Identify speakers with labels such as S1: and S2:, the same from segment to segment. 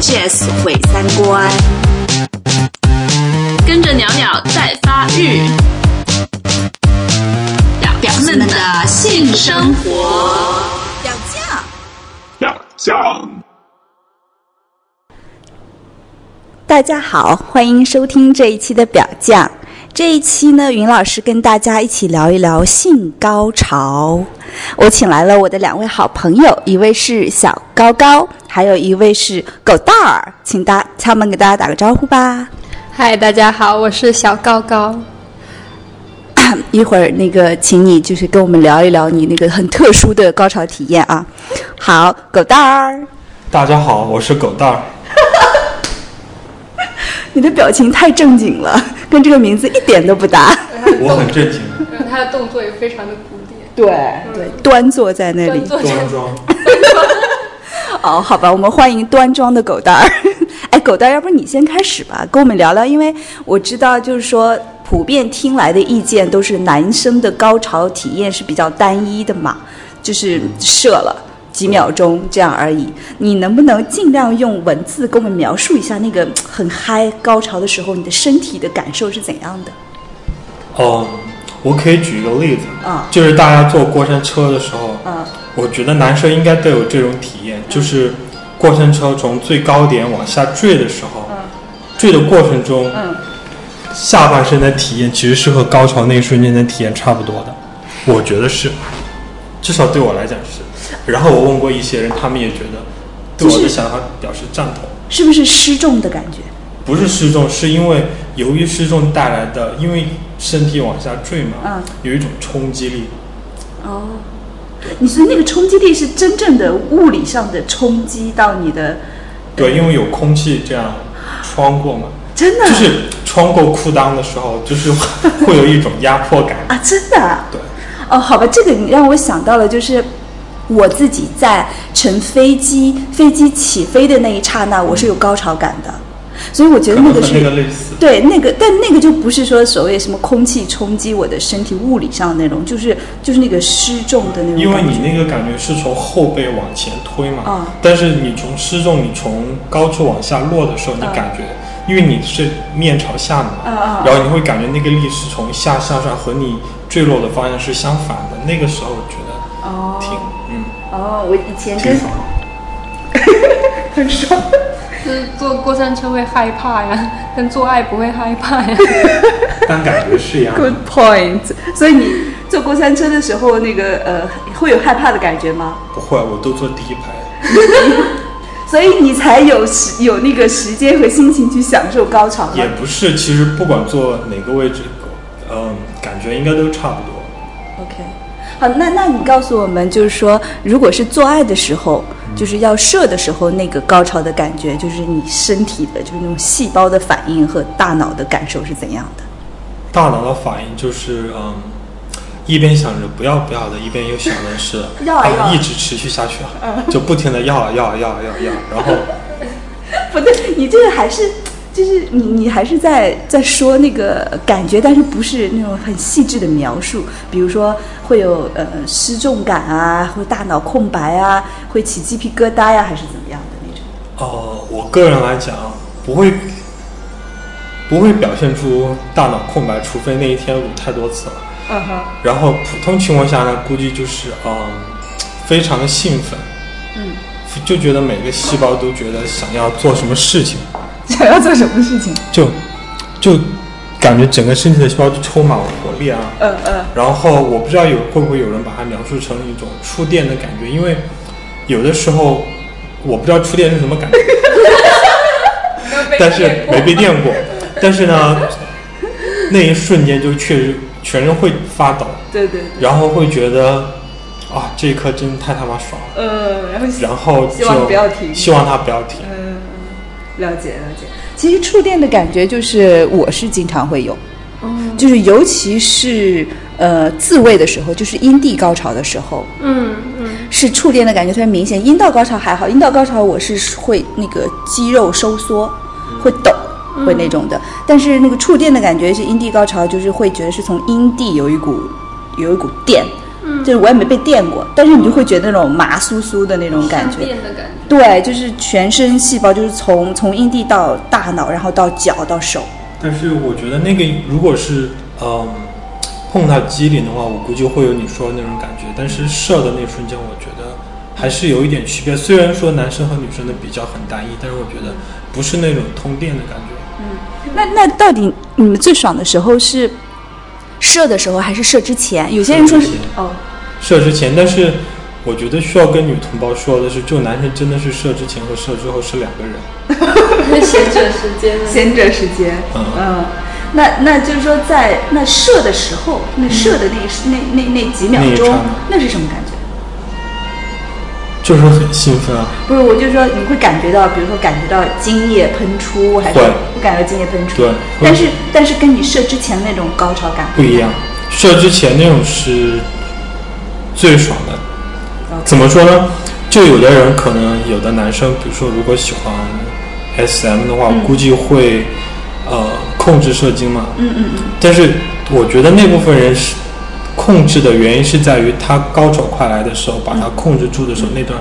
S1: Jazz 毁三观，
S2: 跟着鸟鸟在发育，表表们的性生活。
S1: 两酱。
S3: 亮相。
S4: 大家好，欢迎收听这一期的表酱。这一期呢，云老师跟大家一起聊一聊性高潮。我请来了我的两位好朋友，一位是小高高，还有一位是狗蛋儿，请大他们给大家打个招呼吧。
S5: 嗨，大家好，我是小高高。
S4: 一会儿那个，请你就是跟我们聊一聊你那个很特殊的高潮体验啊。好，狗蛋儿，
S6: 大家好，我是狗蛋儿。
S4: 你的表情太正经了， 跟这个名字一点都不搭。
S6: 我很震惊，
S5: 他的动作也非常的古典，
S4: 对对，端坐在那里
S5: 端。坐着
S6: 端庄。
S4: 哦，好吧，我们欢迎端庄的狗蛋儿。 哎，狗蛋儿，要不你先开始吧，跟我们聊聊，因为我知道就是说，普遍听来的意见都是男生的高潮体验是比较单一的嘛，就是射了几秒钟这样而已。你能不能尽量用文字跟我们描述一下那个很嗨高潮的时候，你的身体的感受是怎样的？
S6: 嗯，我可以举一个例子，
S4: 啊
S6: 就是大家坐过山车的时候，
S4: 啊
S6: 我觉得男生应该都有这种体验，就是过山车从最高点往下坠的时候，
S4: 嗯
S6: 坠的过程中，下半身的体验其实是和高潮那一瞬间的体验差不多的，我觉得是，至少对我来讲是。然后我问过一些人，他们也觉得对我
S4: 就
S6: 的
S4: 是
S6: 想法表示赞同。
S4: 是不是失重的感觉？
S6: 不是失重，是因为由于失重带来的，因为身体往下坠嘛，
S4: 嗯
S6: 有一种冲击力，
S4: 哦，你说那个冲击力是真正的物理上的冲击到你的，
S6: 对，因为有空气这样穿过嘛，
S4: 真的啊、
S6: 就是穿过裤裆的时候，就是会会有一种压迫感，
S4: 啊，真的啊、
S6: 对，
S4: 哦，好吧，这个你让我想到了，就是我自己在乘飞机，飞机起飞的那一刹那，我是有高潮感的，所以我觉得
S6: 可
S4: 那
S6: 能和
S4: 个是
S6: 那个类似，
S4: 对，那个，但那个就不是说所谓什么空气冲击我的身体物理上的那种，就是就是那个失重的那种感觉。
S6: 因为你那个感觉是从后背往前推嘛，
S4: 嗯
S6: 但是你从失重，你从高处往下落的时候，你感觉。因为你是面朝下的嘛，
S4: 嗯嗯
S6: 然后你会感觉那个力是从下向上和你坠落的方向是相反的。那个时候我觉得
S4: 哦
S6: 挺， 嗯，
S4: 哦，我以前
S6: 挺
S4: 跟
S6: 爽。
S4: 很爽。
S5: 就是坐过山车会害怕呀， 但做爱不会害怕呀。
S6: 但感觉是一样 的
S4: Good point。所以你坐过山车的时候，那个呃，会有害怕的感觉吗？
S6: 不会，我都坐第一排。
S4: 所以你才有时有那个时间和心情去享受高潮吗
S6: 也不是，其实不管坐哪个位置，嗯，感觉应该都差不多。
S4: OK，好，那那你告诉我们，就是说，如果是做爱的时候，就是要射的时候，那个高潮的感觉，就是你身体的，就是那种细胞的反应和大脑的感受是怎样的？
S6: 大脑的反应就是，嗯，一边想着不要不要的，一边又想的是哎
S4: 要啊要啊嗯
S6: 一直持续下去啊，就不停的要啊要啊要啊要啊要啊，然后
S4: 不对，你这个还是。就是你，你还是在在说那个感觉，但是不是那种很细致的描述，比如说会有呃失重感啊，会大脑空白啊，会起鸡皮疙瘩呀、还是怎么样的那种？
S6: 呃，我个人来讲啊不会不会表现出大脑空白，除非那一天撸太多次了。
S4: 嗯哼，
S6: 然后普通情况下呢，估计就是嗯，非常的兴奋，嗯，就觉得每个细胞都觉得想要做什么事情，
S4: 想要做什么事情？
S6: 就就感觉整个身体的细胞都充满了活力啊。
S4: 嗯嗯。
S6: 然后我不知道有会不会有人把它描述成一种触电的感觉，因为有的时候我不知道触电是什 么感觉，但是没被电过，但是呢，那一瞬间就确实全身会发抖。
S4: 对对对，
S6: 然后会觉得啊，这一刻真太他妈爽了，
S4: 呃，然后
S6: 然后就
S4: 希望不要停
S6: 希望它不要停。
S4: 嗯，了解了解。其实触电的感觉就是我是经常会有，就是尤其是呃自慰的时候，就是阴蒂高潮的时候，
S5: 嗯嗯，
S4: 是触电的感觉特别明显。阴道高潮还好，阴道高潮我是会那个肌肉收缩，会抖。会那种的，但是那个触电的感觉是阴蒂高潮，就是会觉得是从阴蒂有一股有一股电就是我也没被电过，但是你就会觉得那种麻酥酥的那种感
S5: 像
S4: 觉，
S5: 电的感觉。
S4: 对，就是全身细胞，就是从从阴蒂到大脑，然后到脚到手，
S6: 但是我觉得那个如果是嗯碰到机灵的话，我估计会有你说的那种感觉。但是射的那一瞬间，我觉得还是有一点区别。虽然说男生和女生的比较很单一，但是我觉得不是那种通电的感觉。
S4: 那那到底你们最爽的时候是射的时候还是射之前？有些人说是
S6: 射之前
S4: 哦，
S6: 射之前，但是我觉得需要跟女同胞说的是，就男生真的是射之前和射之后是两个人。
S5: 闲整时间 呢？
S4: 闲着时间，
S6: 嗯
S4: 嗯，那那就是说在那射的时候，那射的那一时、那那那几秒
S6: 那一刹
S4: 钟
S6: 那，
S4: 那是什么感觉？
S6: 就是很兴奋啊！
S4: 不是，我就说你会感觉到，比如说感觉到精液喷出，还是
S6: 会
S4: 不感觉到精液喷出？
S6: 对
S4: 但
S6: 会
S4: 是但是跟你射之前那种高潮感
S6: 不一样。射之前那种是最爽的。怎么说呢？就有的人可能有的男生，比如说如果喜欢 SM 的话，估计会呃控制射精嘛。嗯嗯嗯。但是我觉得那部分人是控制的原因是在于他高潮快来的时候，把他控制住的时候，那段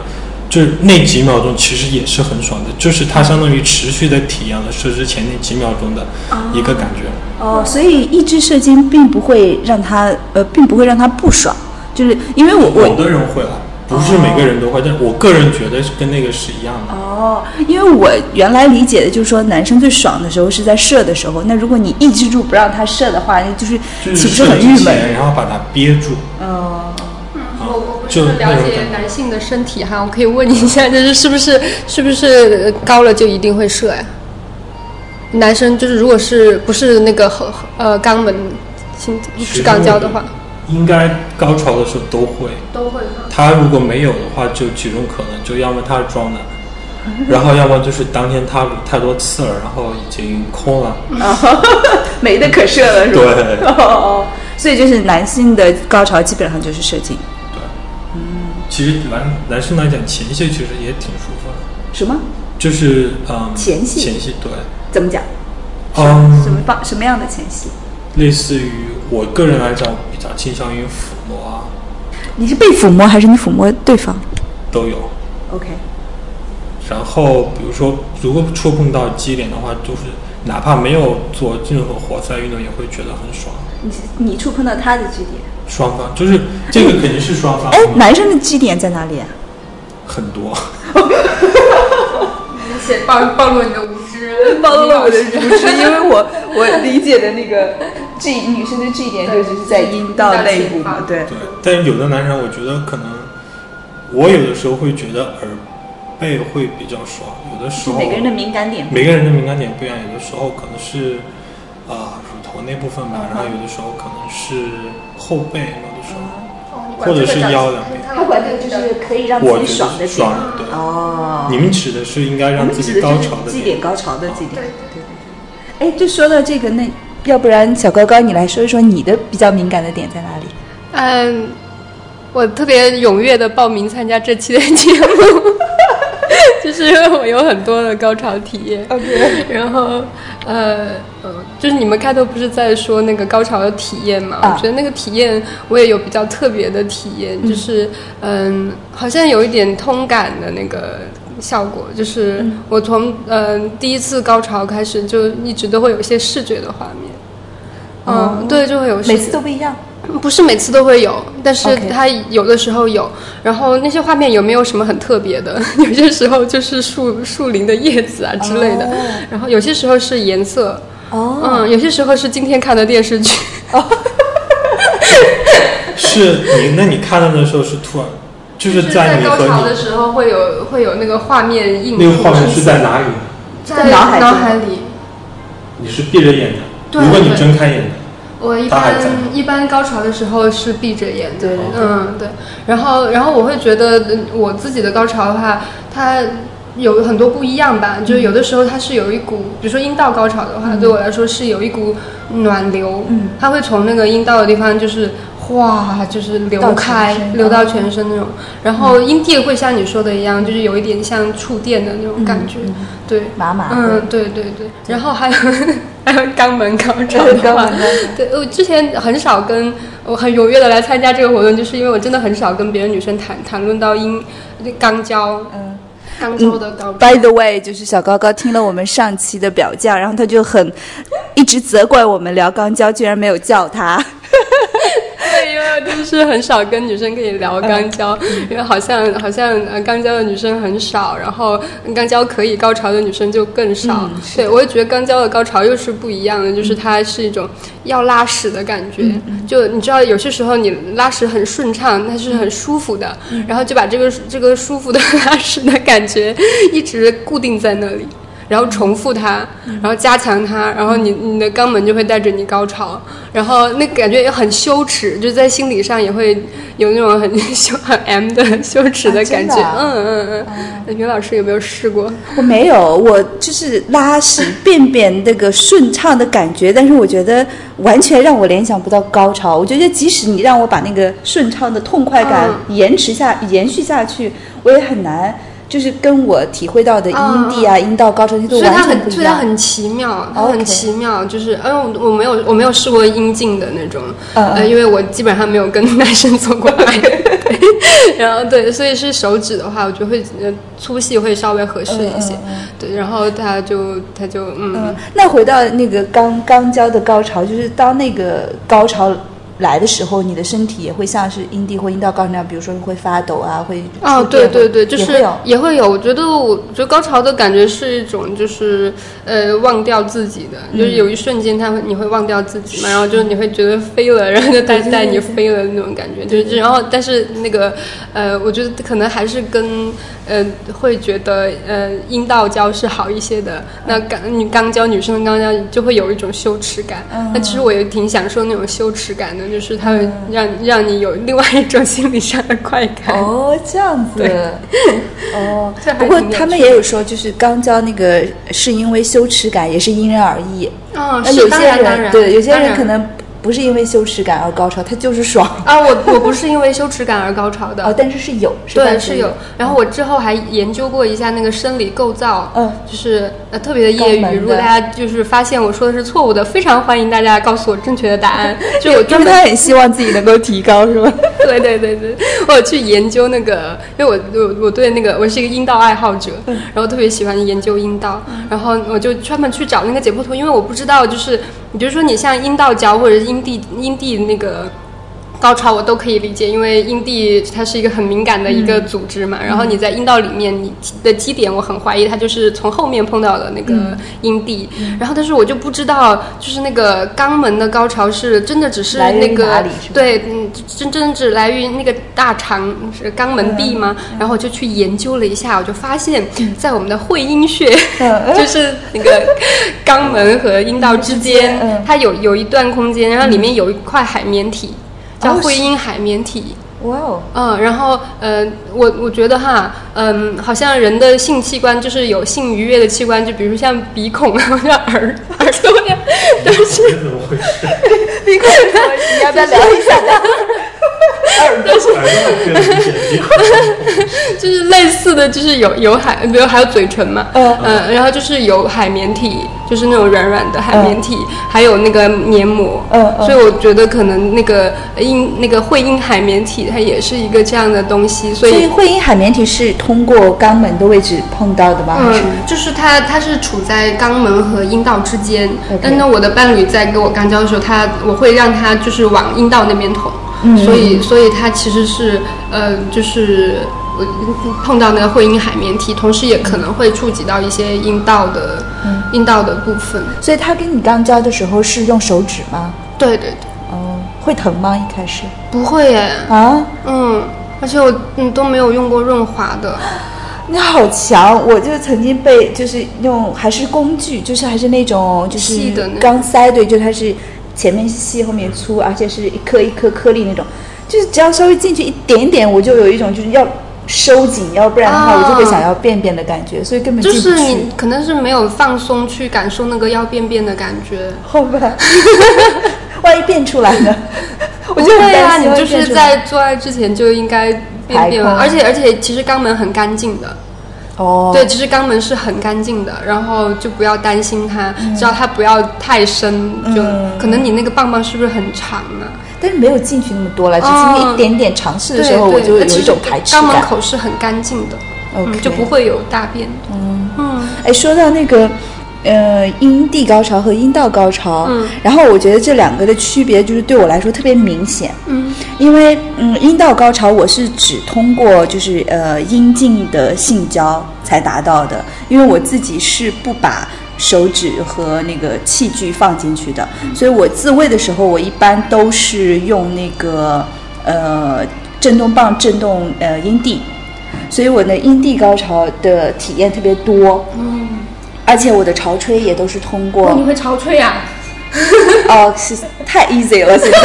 S6: 就是那几秒钟其实也是很爽的，就是他相当于持续的体验了射之前那几秒钟的一个感觉。
S4: 哦，所以抑制射精并不会让他呃，并不会让他不爽，就是因为我我
S6: 有的人会啊，不是每个人都会，但我个人觉得是跟那个是一样的。
S4: 哦，因为我原来理解的就是说，男生最爽的时候是在射的时候。那如果你抑制住不让他射的话，那就是
S6: 就是
S4: 岂不是
S6: 射
S4: 很
S6: 之
S4: 郁
S6: 前，
S4: 闷？
S6: 然后把它憋住。
S4: 哦，
S5: 我我不是
S6: 就
S5: 很了
S6: 那种
S5: 解
S6: 感觉
S5: 男性的身体哈，我可以问你一下，就是是不是是不是呃高了就一定会射呀、男生就是如果是不是那个和呃肛门性是肛交的话，，
S6: 应该高潮的时候都会。
S5: 都会
S6: 他如果没有的话，就几种可能，就要么他是装 的，然后要么就是当天他太多次了，然后已经空了。
S4: 嗯哦 没的可射了，是吧？
S6: 对
S4: 哦哦，所以就是男性的高潮基本上就是射精。
S6: 其实男男生来讲，前戏其实也挺舒服的，
S4: 什么？
S6: 就是嗯，
S4: 前戏
S6: 前戏对，
S4: 怎么讲？
S6: 嗯，
S4: 什么方什么样的前戏？
S6: 类似于我个人来讲，比较倾向于抚摸啊，
S4: 你是被抚摸还是你抚摸对方
S6: 都有。
S4: ？OK，
S6: 然后比如说，如果触碰到肌点的话，就是哪怕没有做任何活塞运动，也会觉得很爽。
S4: 你你触碰到他的据点，
S6: 双方就是这个肯定是双方
S4: 哎，男生的据点在哪里啊？
S6: 很多，
S5: 显暴暴露你的无知，
S4: 暴露了我的无知，因为我我理解的那个 G 女生的 G 点就只是在阴道内部嘛，对。
S6: 对。但是有的男人，我觉得可能我有的时候会觉得耳背会比较爽，有的时
S4: 是
S6: 候
S4: 每个人的敏感点，
S6: 每个人的敏感点不一样，有的时候可能是啊、乳头那部分吧，
S4: 嗯
S6: 然后有的时候可能是后背，有的时
S4: 嗯
S6: 候
S4: 哦
S6: 或者是腰两边。
S4: 他管这个就是可以让
S6: 我
S4: 自己
S6: 觉
S4: 爽
S6: 得
S4: 的
S6: 是
S4: 点
S6: 爽。的，对。
S4: 哦，
S6: 你们指的是应该
S4: 我
S6: 让
S4: 们
S6: 自
S4: 指
S6: 己
S4: 的
S6: 高
S4: 就是
S6: 潮的
S4: 绩点高潮的绩点
S5: 对。
S4: 哎，就说到这个，那要不然小高高你来说一说你的比较敏感的点在哪里？
S5: 嗯，我特别踊跃的报名参加这期的节目， 就是因为我有很多的高潮体验。OK，然后呃呃，就是你们开头不是在说那个高潮的体验嘛？
S4: 啊
S5: 我觉得那个体验我也有比较特别的体验，就是嗯，好像有一点通感的那个。效果就是我从嗯、第一次高潮开始就一直都会有一些视觉的画面，
S4: 哦
S5: 嗯，对，就会有视
S4: 每
S5: 觉
S4: 次都不一样。
S5: 不是每次都会有，但是
S4: OK
S5: 它有的时候有。然后那些画面有没有什么很特别的？ 有些时候就是树树林的叶子啊之类的
S4: 哦
S5: 然后有些时候是颜色
S4: 哦，
S5: 嗯，有些时候是今天看的电视剧。
S6: 是你，那你看到的时候是突然，就是在你和你
S5: 时候会有会有那个画面映
S6: 那个画面是在哪里？
S4: 在脑海中
S5: 里。
S6: 你是闭着眼的，
S5: 对
S6: 如果你
S5: 对
S6: 睁开眼的，
S5: 我一
S6: 它还
S5: 般
S6: 在
S5: 一般高潮的时候是闭着眼的，
S4: 对对
S5: 嗯对，然后然后我会觉得嗯我自己的高潮的话，它有很多不一样吧，
S4: 嗯
S5: 就是有的时候它是有一股，比如说阴道
S4: 嗯
S5: 高潮的话，对我来说是有一股暖流，它会从那个阴道的地方就是哗，就是
S4: 到
S5: 流
S4: 全
S5: 开
S4: 身，嗯
S5: 流到全身那种。然后阴蒂也会像你说的一样，就是有一点像触电的那
S4: 嗯
S5: 种感觉，对，
S4: 麻麻的
S5: 嗯，对对对。然后还有 还有肛门高潮
S4: 对
S5: 的
S4: 肛
S5: 话
S4: 门高潮，
S5: 对我之前很少跟我很踊跃的来参加这个活动，就是因为我真的很少跟别的女生谈谈论到阴肛交，
S4: 嗯。
S5: 肛交的高潮。
S4: By the way，就是小高高听了我们上期的表酱，然后他就很一直责怪我们聊肛交，居然没有叫他。
S5: 对，因为就是很少跟女生可以聊肛交，因为好像好像呃肛交的女生很少，然后肛交可以高潮的女生就更少。对，我也觉得肛交的高潮又是不一样的，就是它是一种要拉屎的感觉，就你知道有些时候你拉屎很顺畅，它是很舒服的，然后就把这个这个舒服的 拉屎的感觉一直固定在那里。然后重复它，
S4: 嗯
S5: 然后加强它，然后你你的肛门就会带着你高潮，然后那感觉也很羞耻，就在心理上也会有那种很羞很 M 的羞耻的感
S4: 啊
S5: 觉。
S4: 真的啊
S5: 嗯嗯嗯。那袁老师有没有试过？
S4: 我没有，我就是拉屎便便那个顺畅的感觉，但是我觉得完全让我联想不到高潮。我觉得即使你让我把那个顺畅的痛快感
S5: 嗯
S4: 延迟下、延续下去，我也很难，就是跟我体会到的阴蒂啊、阴道高潮那都
S5: 嗯所以它
S4: 完全不
S5: 很，
S4: 一
S5: 所以它
S4: 样。
S5: 很奇妙，它
S4: OK
S5: 很奇妙就是，哎，我我没有我没有试过阴茎的那种，
S4: 嗯
S5: 呃，因为我基本上没有跟 男生做 过爱，对然后对，所以是手指的话，我觉得会呃粗细会稍微合适一些，对，然后它就它就
S4: 嗯，那回到那个刚刚交的高潮，就是当那个高潮来的时候，你的身体也会像是阴蒂或阴道高潮那样，比如说会发抖啊，会
S5: 哦，
S4: 触
S5: 对
S4: 电
S5: 对
S4: 会
S5: 对，就
S4: 也
S5: 是
S4: 会有
S5: 也会有。我觉得，我觉得高潮的感觉是一种，就是呃，忘掉自己的，就是
S4: 嗯
S5: 有一瞬间，它会你会忘掉自己嘛，然后就你会觉得飞了，然后就带带你飞了那种感觉，就是这然后但是那个呃，我觉得可能还是跟呃会觉得呃阴道交是好一些
S4: 嗯
S5: 的。那刚你刚交女生刚交就会有一种羞耻感，
S4: 嗯
S5: 那其实我也挺享受那种羞耻感的，就是它会让让你有另外一种心理上的快感。
S4: 哦，这样子，哦
S5: 这，还
S4: 不过
S5: 挺有
S4: 他们
S5: 趣
S4: 也有说，就是刚交那个是因为羞耻感，也是因人而异。
S5: 嗯，
S4: 那
S5: 是
S4: 有
S5: 当
S4: 些
S5: 然当然
S4: 人对有些
S5: 当
S4: 人
S5: 然
S4: 可能不是因为羞耻感而高潮，他就是爽
S5: 啊，我我不是因为羞耻感而高潮的，
S4: 哦，但是是有，是嗯
S5: 对
S4: 伴
S5: 是
S4: 随
S5: 有。然后我之后还研究过一下那个生理构造，
S4: 嗯
S5: 就是呃特别的业
S4: 肛门
S5: 余。
S4: 的
S5: 如果大家就是发现我说的是错误的，非常欢迎大家告诉我正确的答 案。就我
S4: 有，就
S5: 专
S4: 是
S5: 门
S4: 他很希望自己能够提高， 是吧？
S5: 对对对对，我有去研究那个，因为我我我对那个我是一个阴道爱好者，
S4: 嗯
S5: 然后特别喜欢研究阴道，然后我就专门去找那个解剖图，因为我不知道就是，你比如说你像阴道交或者是阴蒂阴蒂那个。高潮我都可以理解，因为阴蒂它是一个很敏感的一个
S4: 嗯
S5: 组织嘛，然后你在阴道里面，你的基点我很怀疑它就是从后面碰到了那
S4: 嗯
S5: 个阴蒂，然后但是我就不知道，就是那个肛门的高潮是真的只是
S4: 来源于
S5: 那个
S4: 哪里是吧
S5: 对。对，嗯，真真只来源于那个大肠是肛门壁吗？然后我就去研究了一下，我就发现，在我们的会阴穴， 就是那个肛门和嗯阴道之间，嗯
S4: 嗯
S5: 它有有一段空间，然后里面有一块海绵体，叫
S4: 哦
S5: 会阴海绵体。
S4: 哇哦，
S5: 嗯，然后呃，我我觉得哈，嗯，好像人的性器官就是有性愉悦的器官，就比如像鼻孔啊、像耳耳朵 呀，都是
S6: 这怎么回事？
S4: 你快点，你要不要聊一下？
S6: 耳朵变成眼睛，
S5: 就是类似的就是有有海，比如还有嘴唇嘛，
S4: 嗯
S5: 呃然后就是有海绵体，就是那种软软的海绵体，还有那个黏膜，
S4: 嗯嗯
S5: 所以我觉得可能那个阴那个会阴海绵体它也是一个这样的东西，所
S4: 所
S5: 以
S4: 以会阴海绵体是通过肛门的位置碰到的吗？还是
S5: 嗯，就是它，它是处在肛门和阴道之间。
S4: OK
S5: 但呢，我的伴侣在给我肛交的时候，他我会让他就是往阴道那边捅，所以所以它其实是呃，就是我碰到那个会阴海绵体，同时也可能会触及到一些阴道的、阴道的部分。
S4: 所以他跟你刚交的时候是用手指吗？
S5: 对对对，
S4: 哦，会疼吗？一开始
S5: 不会耶，
S4: 啊？
S5: 嗯，而且我嗯都没有用过润滑的。
S4: 你好强！我就曾经被就是用还是工具，就是还是那种就是
S5: 细的那种
S4: 钢塞，对，就它是前面是细，后面粗，而且是一颗一颗颗粒那种，就是只要稍微进去一点点，我就有一种就是要收紧，要不然的话
S5: 啊
S4: 我就会想要便便的感觉，所以根本
S5: 就
S4: 进不去。
S5: 是你可能是没有放松去 感受那个要便便的感觉，
S4: 后吧，万一变出来呢？我就很
S5: 对呀、
S4: 担
S5: 你
S4: 心会
S5: 啊就
S4: 变
S5: 是
S4: 成
S5: 在做爱之前就应该便便完，
S4: 排
S5: 而且而且其实肛门很干净的。
S4: 哦，
S5: 对，其实肛门是很干净的，然后就不要担心它，
S4: 嗯
S5: 只要它不要太深，就可能你那个棒棒是不是很长啊？
S4: 但是没有进去那么多了，只经历一点点尝试的
S5: 对
S4: 时候，
S5: 嗯对，
S4: 我就有
S5: 那其
S4: 一
S5: 实
S4: 种排斥
S5: 肛门
S4: 感。
S5: 口是很干净的，
S4: OK
S5: 嗯，就不会有大便。嗯
S4: 哎，说到那个，呃，阴蒂高潮和阴道高潮，
S5: 嗯
S4: 然后我觉得这两个的区别就是对我来说特别明显，嗯，因为嗯，阴道高潮我是只通过就是呃阴茎的性交才达到的，因为我自己是不把。手指和那个器具放进去的，所以我自慰的时候，我一般都是用那个呃震动棒震动呃阴蒂，所以我的阴蒂高潮的体验特别多。嗯，而且我的潮吹也都是通过
S2: 嗯
S7: 你会潮吹啊？
S4: 哦，是太 easy 了，现在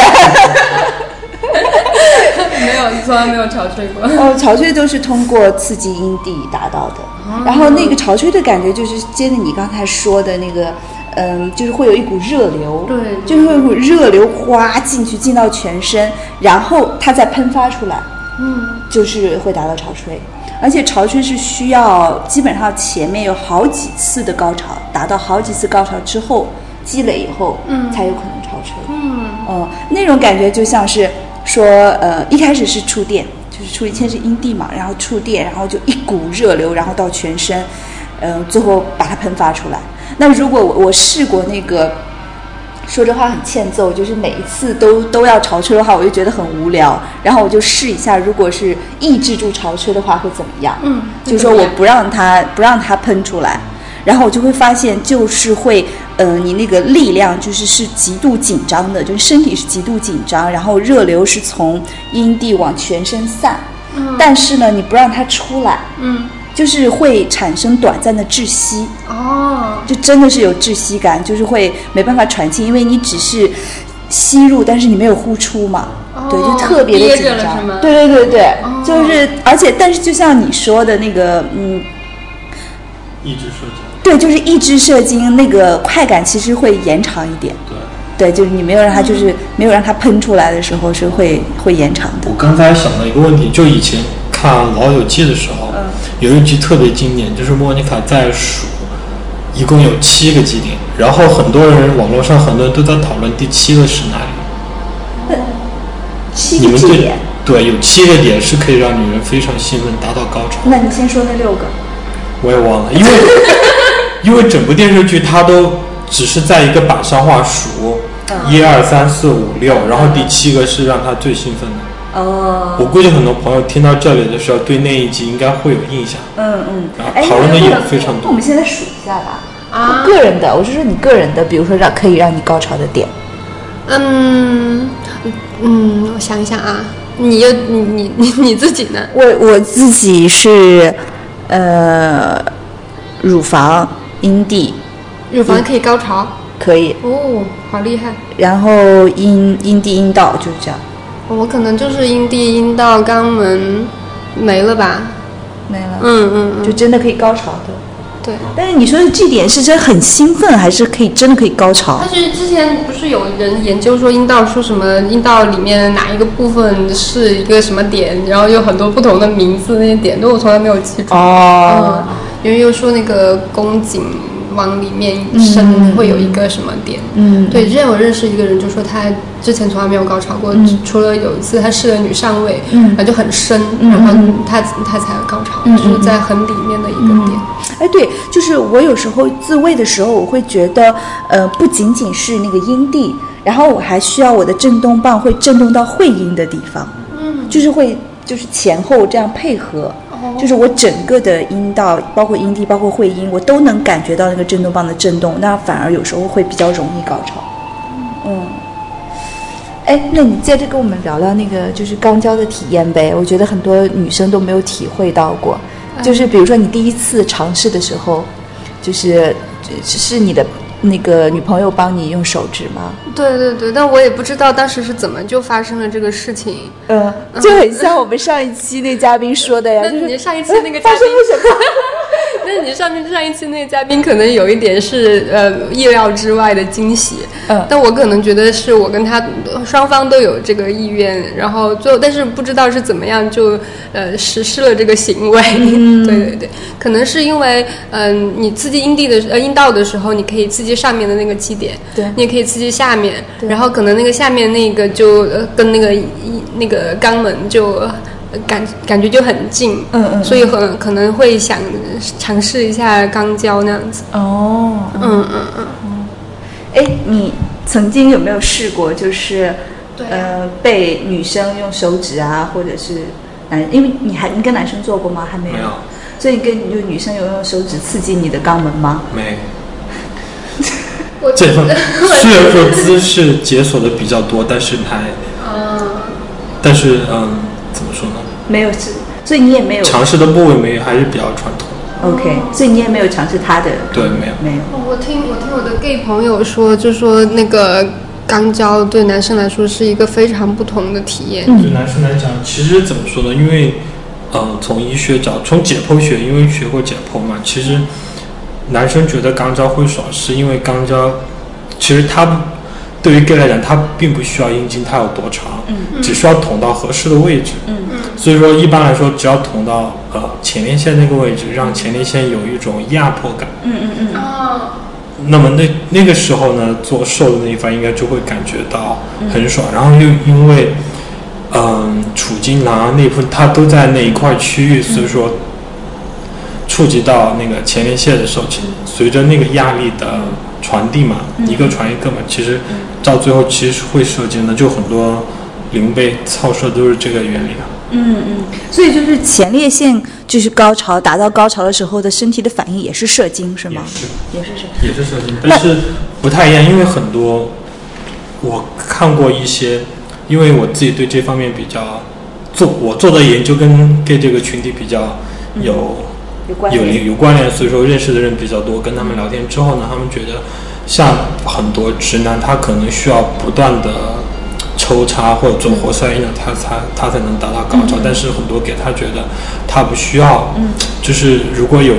S7: 没有，你从来没有潮吹 过。
S4: 哦，潮吹都是通过刺激阴蒂达到的。
S7: 哦
S4: 然后那个潮吹的感觉就是接着你刚才说的那个。嗯，就是会有一股热流，
S7: 对
S4: 就是会有一股热流哗进去，进到全身，然后它再喷发出来，
S7: 嗯
S4: 就是会达到潮吹，而且潮吹是需要基本上前面有好几次的高潮，达到好几次高潮之后积累以后，嗯，才有可能潮吹，嗯，哦、那种感觉就像是说，呃，一开始是触电，就是触先是阴蒂嘛，然后触电，然后就一股热流，然后到全身，嗯、最后把它喷发出来。那如果我我试过那个。说这话很欠揍，就是每一次都都要潮吹的话，我就觉得很无聊。然后我就试一下，如果是抑制住潮吹的话会怎么样？嗯，就是说我不让它不让它喷出来，然后我就会发现就是会，呃，你那个力量就是是极度紧张的，就是身体是极度紧张，然后热流是从阴蒂往全身散，嗯、但是呢，你不让它出来，嗯，就是会产生短暂的窒息，
S7: 哦，
S4: 就真的是有窒息感，就是会没办法喘气，因为你只是吸入，但是你没有呼出嘛，对，就特别的
S7: 哦憋
S4: 紧
S7: 着了
S4: 张
S7: 是吗，哦
S4: 对对对对，就是而且但是就像你说的那个，嗯，
S6: 一直射精，
S4: 对，就是抑制射精那个快感其实会延长一点，
S6: 对。
S4: 对，就是你没有让它
S7: 嗯
S4: 就是、没有让它喷出来的时候是会会延长的
S6: 我，刚才想到一个问题，就以前看《老友记》的时候，有一集特别经典，就是莫妮卡在数，一共有七个基点，然后很多人网络上很多人都在讨论第七个是哪里。
S4: 七
S6: 你
S4: 个
S6: 们
S4: 据
S6: 对
S4: 点。
S6: 对有七个点是可以让女人非常兴奋，达到高潮。
S4: 那你先说那六个，
S6: 我也忘了，因为因为整部电视剧它都只是在一个板上画数，
S4: 嗯
S6: 一二三四五六，然后第七个是让她最兴奋的。
S4: 哦，
S6: 我估计很多朋友听到这里的时候，对那一集应该会有印象。
S4: 嗯嗯
S6: 啊，
S4: 哎，
S6: 讨论的
S4: 那
S6: 也
S4: 我们
S6: 非常多
S4: 那我们现在数一下吧。啊，个人的，我是说你个人的，比如说让可以让你高潮的点。
S5: 嗯嗯，我想一想啊，你又你你你你自己呢？
S4: 我我自己是，呃，乳房、阴蒂
S5: 乳房可以高潮
S4: 可以，
S5: 哦，好厉害！
S4: 然后阴阴蒂、阴道就是这样，
S5: 我可能就是阴蒂、阴道、肛门没了吧？
S4: 没了，
S5: 嗯嗯嗯，
S4: 就真的可以高潮的。
S5: 对。
S4: 但是你说的这点是真的很兴奋，还是可以真的可以高潮
S5: 但？是之前不是有人研究说阴道说什么阴道里面哪一个部分是一个什么点，然后有很多不同的名字那些点，但我从来没有记住。
S4: 哦
S5: 嗯，因为又说那个宫颈往里面伸会有一个什么点。
S4: 嗯
S5: 对，之前我认识一个人就说他之前从来没有高潮过，只除了有一次他试了女上位，
S4: 嗯
S5: 然后就很深，然后他他才高潮，就是在很里面的一个点。
S4: 哎，对，就是我有时候自慰的时候，我会觉得，呃，不仅仅是那个阴蒂，然后我还需要我的震动棒会震动到会阴的地方，嗯，就是会就是前后这样配合，就是我整个的阴道，包括阴蒂，包括会阴，我都能感觉到那个震动棒的震动，那反而有时候会比较容易高潮，嗯。哎，那你接着跟我们聊聊那个就是肛交的体验呗，我觉得很多女生都没有体会到过，
S5: 嗯
S4: 就是比如说你第一次尝试的时候，就是是是你的那个女朋友帮你用手指吗？
S5: 对对对，但我也不知道当时是怎么就发生了这个事情。
S4: 嗯，就很像我们上一期那嘉宾说的呀，
S5: 那
S4: 就是
S5: 你上一期那 个
S4: 哎发
S5: 嘉
S4: 生
S5: 宾
S4: 了什么？
S5: 那你上面上一期那个嘉宾可能有一点是呃意料之外的惊喜，
S4: 嗯
S5: 但我可能觉得是我跟他呃双方都有这个意愿，然后最后但是不知道是怎么样就呃实施了这个行为，
S4: 嗯
S5: 对对对，可能是因为嗯、你刺激阴蒂的时呃阴道的时候，你可以刺激上面的那个基点，
S4: 对
S5: 你也可以刺激下面，然后可能那个下面那个就呃跟那个一那个肛门就。呃感感觉就很近，
S4: 嗯嗯嗯
S5: 所以很可能会想尝试一下肛交那样子。
S4: 哦，
S5: 嗯嗯嗯，
S4: 哎，你曾经有没有试过，就是
S5: 对啊
S4: 呃被女生用手指啊，或者是男，因为你还你跟男生做过吗？还没有。
S6: 没有
S4: 所以你跟就女生有用手指刺激你的肛门吗？
S6: 没，
S5: 我
S6: 这方 虽然说姿势解锁的比较多，但是还，
S4: 嗯
S6: 但是嗯，怎么说呢？
S4: 没有是，所以你也没有。
S6: 尝试的部位没有还是比较传统，
S4: OK，所以你也没有尝试他的。
S6: 对，没有。
S4: 没有。
S5: 哦我听我听我的 gay 朋友说，就说那个肛交对男生来说是一个非常不同的体验。
S6: 对男生来讲，其实怎么说呢？因为，呃，从医学角，从解剖学，因为学过解剖嘛，其实男生觉得肛交会爽，是因为肛交，其实他对于 gay 来讲，他并不需要阴茎它有多长，只需要捅到合适的位置。嗯所以说，一般来说，只要捅到呃前列腺那个位置，让前列腺有一种压迫感。嗯嗯嗯。那么那那个时候呢，做受的那一方应该就会感觉到很爽，然后又因为嗯，储精囊啊那部分它都在那一块区域，所以说触及到那个前列腺的时候，其实随着那个压力的传递嘛，一个传一个嘛，其实到最后其实会射精的，就很多淋被操射都是这个原理啊。
S4: 所以就是前列腺就是高潮达到高潮的时候的身体的反应也是射精是吗？也是射精。
S6: 也是射精，但是不太一样，因为很多我看过一些，因为我自己对这方面比较做我做的研究跟 gay 这个群体比较有、
S4: 有关
S6: 有
S4: 联
S6: 有关联，所以说认识的人比较多。跟他们聊天之后呢，他们觉得像很多直男，他可能需要不断的抽插或者做活塞运动，他才他才能达到高潮。
S4: 嗯
S6: 但是很多给他觉得他不需要，就是如果有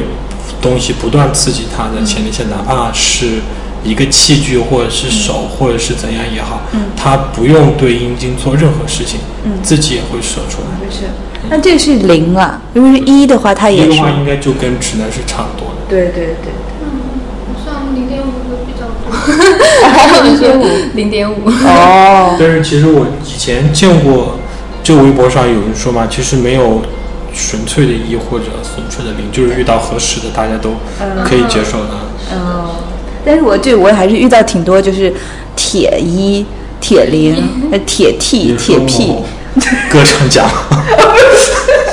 S6: 东西不断刺激他的前列
S4: 嗯
S6: 腺，哪怕是一个器具或者是手或者是怎样也好，
S4: 嗯
S6: 他不用对阴茎做任何事情，自己也会射出来。
S4: 是。那这是零了，如果是一的话，它
S6: 一
S4: 也
S6: 的
S4: 是
S6: 话。应该就跟直男是差不多的。
S4: 对对对。
S7: 像零点五的比较多。
S5: 零点五，零点五。
S4: 哦，
S6: 但是其实我以前见过，就微博上有人说嘛，其实没有纯粹的一或者纯粹的零，就是遇到合适的大家都可以接受的。
S4: 但是我对我还是遇到挺多就是铁一、铁零、
S7: 嗯
S4: 呃铁 T、
S6: 你
S4: 铁
S6: 说
S4: P，
S6: 某歌唱家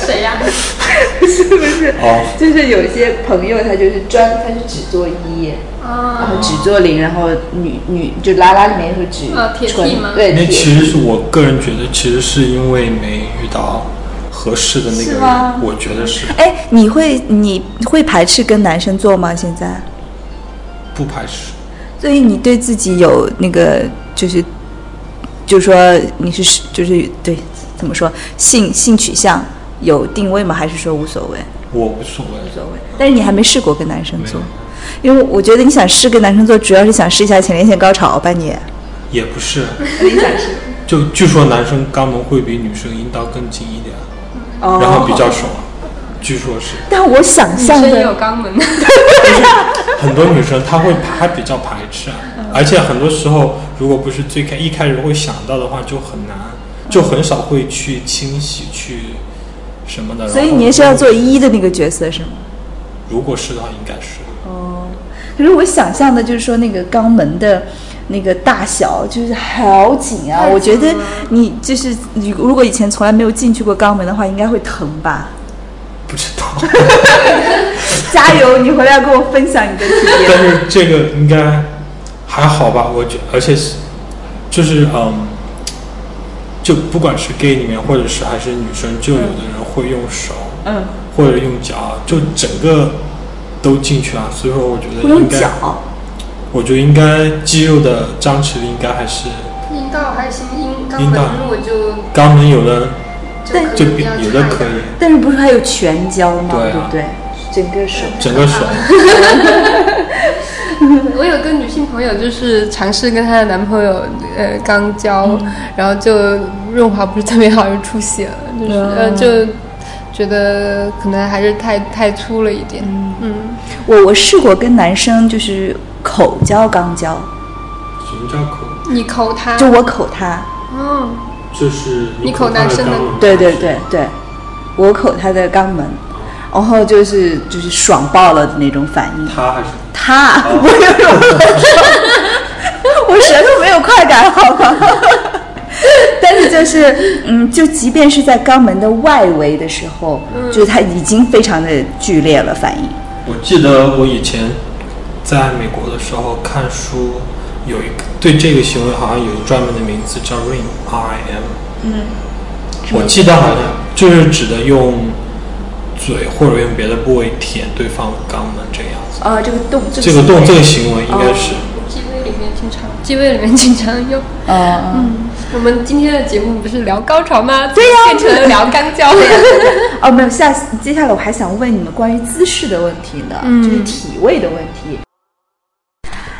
S7: 谁呀、
S6: 哦，
S4: 就是有一些朋友他就是专，他是只做一。
S7: 啊
S4: 然后只做零，然后女女就拉拉里面是只
S7: 啊铁 T
S4: 纯
S7: 吗
S4: 对
S6: 那其实
S4: 铁
S6: 是我个人觉得，其实是因为没遇到合适的那个
S4: 是
S6: 人
S4: 吗，
S6: 我觉得是
S4: 哎，你会你会排斥跟男生做吗？现在？
S6: 不排斥。
S4: 所以你对自己有那个就是，就说你是就是对怎么说性性取向有定位吗？还是说无所谓？
S6: 我无所
S4: 无
S6: 谓，
S4: 所谓。但是你还没试过跟男生做
S6: 没有，
S4: 因为我觉得你想试跟男生做，主要是想试一下前列腺高潮吧？你
S6: 也不是。
S4: 嗯
S6: 就据说男生肛门会比女生阴道更近一点，
S4: 哦
S6: 然后比较爽，据说是。
S4: 但我想象
S5: 真
S4: 的
S5: 有肛门，
S6: 很多女生她会排还比较排斥啊，而且很多时候如果不是最开一开始会想到的话，就很难，就很少会去清洗去什么的。
S4: 所以
S6: 然后
S4: 你也是要做，一的那个角色是吗？
S6: 如果是的话，应该是
S4: 哦可是我想象的就是说那个肛门的。那个大小就是好紧啊！我觉得你就是你，如果以前从来没有进去过肛门的话，应该会疼 吧？
S6: 不知道，
S4: 加油！你回来跟我分享你的体
S6: 但
S4: 验。
S6: 是这个应该还好吧？我觉而且是就是嗯，就不管是 gay 里面，或者是还是女生，就有的人会用手，
S4: 嗯，
S6: 或者用脚，就整个都进去啊。所以说，我觉得
S4: 不用
S6: 应该
S4: 脚，
S6: 我觉得应该肌肉的张弛力应该还是
S5: 阴道还行，阴肛
S6: 阴道
S5: 门我就
S6: 肛门有的
S4: 但
S6: 就比有的可以，
S4: 但是不是还有全交吗？
S6: 对啊
S4: 不对？整个手，
S6: 整个手，
S5: 我有个女性朋友，就是尝试跟她的男朋友，呃，刚交，
S4: 嗯
S5: 然后就润滑不是特别好，就出血了，就是、
S4: 嗯
S5: 呃，就觉得可能还是太太粗了一点。嗯，
S4: 我我试过跟男生就是口交肛交，
S6: 什么叫口？
S5: 你抠他，
S4: 就我口他，
S5: 嗯，
S6: 就是
S5: 你口男生的
S6: 肛门
S4: 对对对对，我口他的肛门，然后就是就是爽爆了的那种反应。
S6: 他还是
S4: 他，
S6: 哦
S4: 我有什么感受？我舌头没有快感，好吗？ 但是就是，嗯，就即便是在肛门的外围的时候，
S6: 嗯
S4: 就是它已经非常的剧烈了，反应。
S6: 我记得我以前在美国的时候看书，有一个对这个行为好像有一个专门的名字叫 rim r i m。嗯，我记得好像就是指的用嘴或者用别的部位舔对方的肛门哦这个样子。
S4: 啊，这个动，
S6: 这个动这个行为应该是、
S4: 哦
S5: 机位里面经常，机位里面经常用。
S4: 啊，
S5: 我们今天的节目不是聊高潮吗？对
S4: 呀
S5: 变成了聊肛交。
S4: 哦，没有，下接下来我还想问你们关于姿势的问题呢，
S8: 嗯
S4: 就是体位的问题。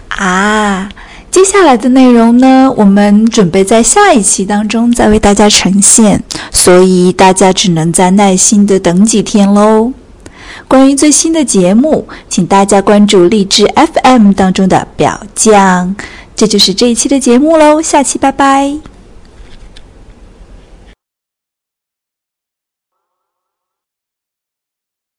S8: 啊。接下来的内容呢，我们准备在下一期当中再为大家呈现，所以大家只能再耐心的等几天喽。关于最新的节目，请大家关注荔枝 FM 当中的表酱。这就是这一期的节目喽，下期拜拜。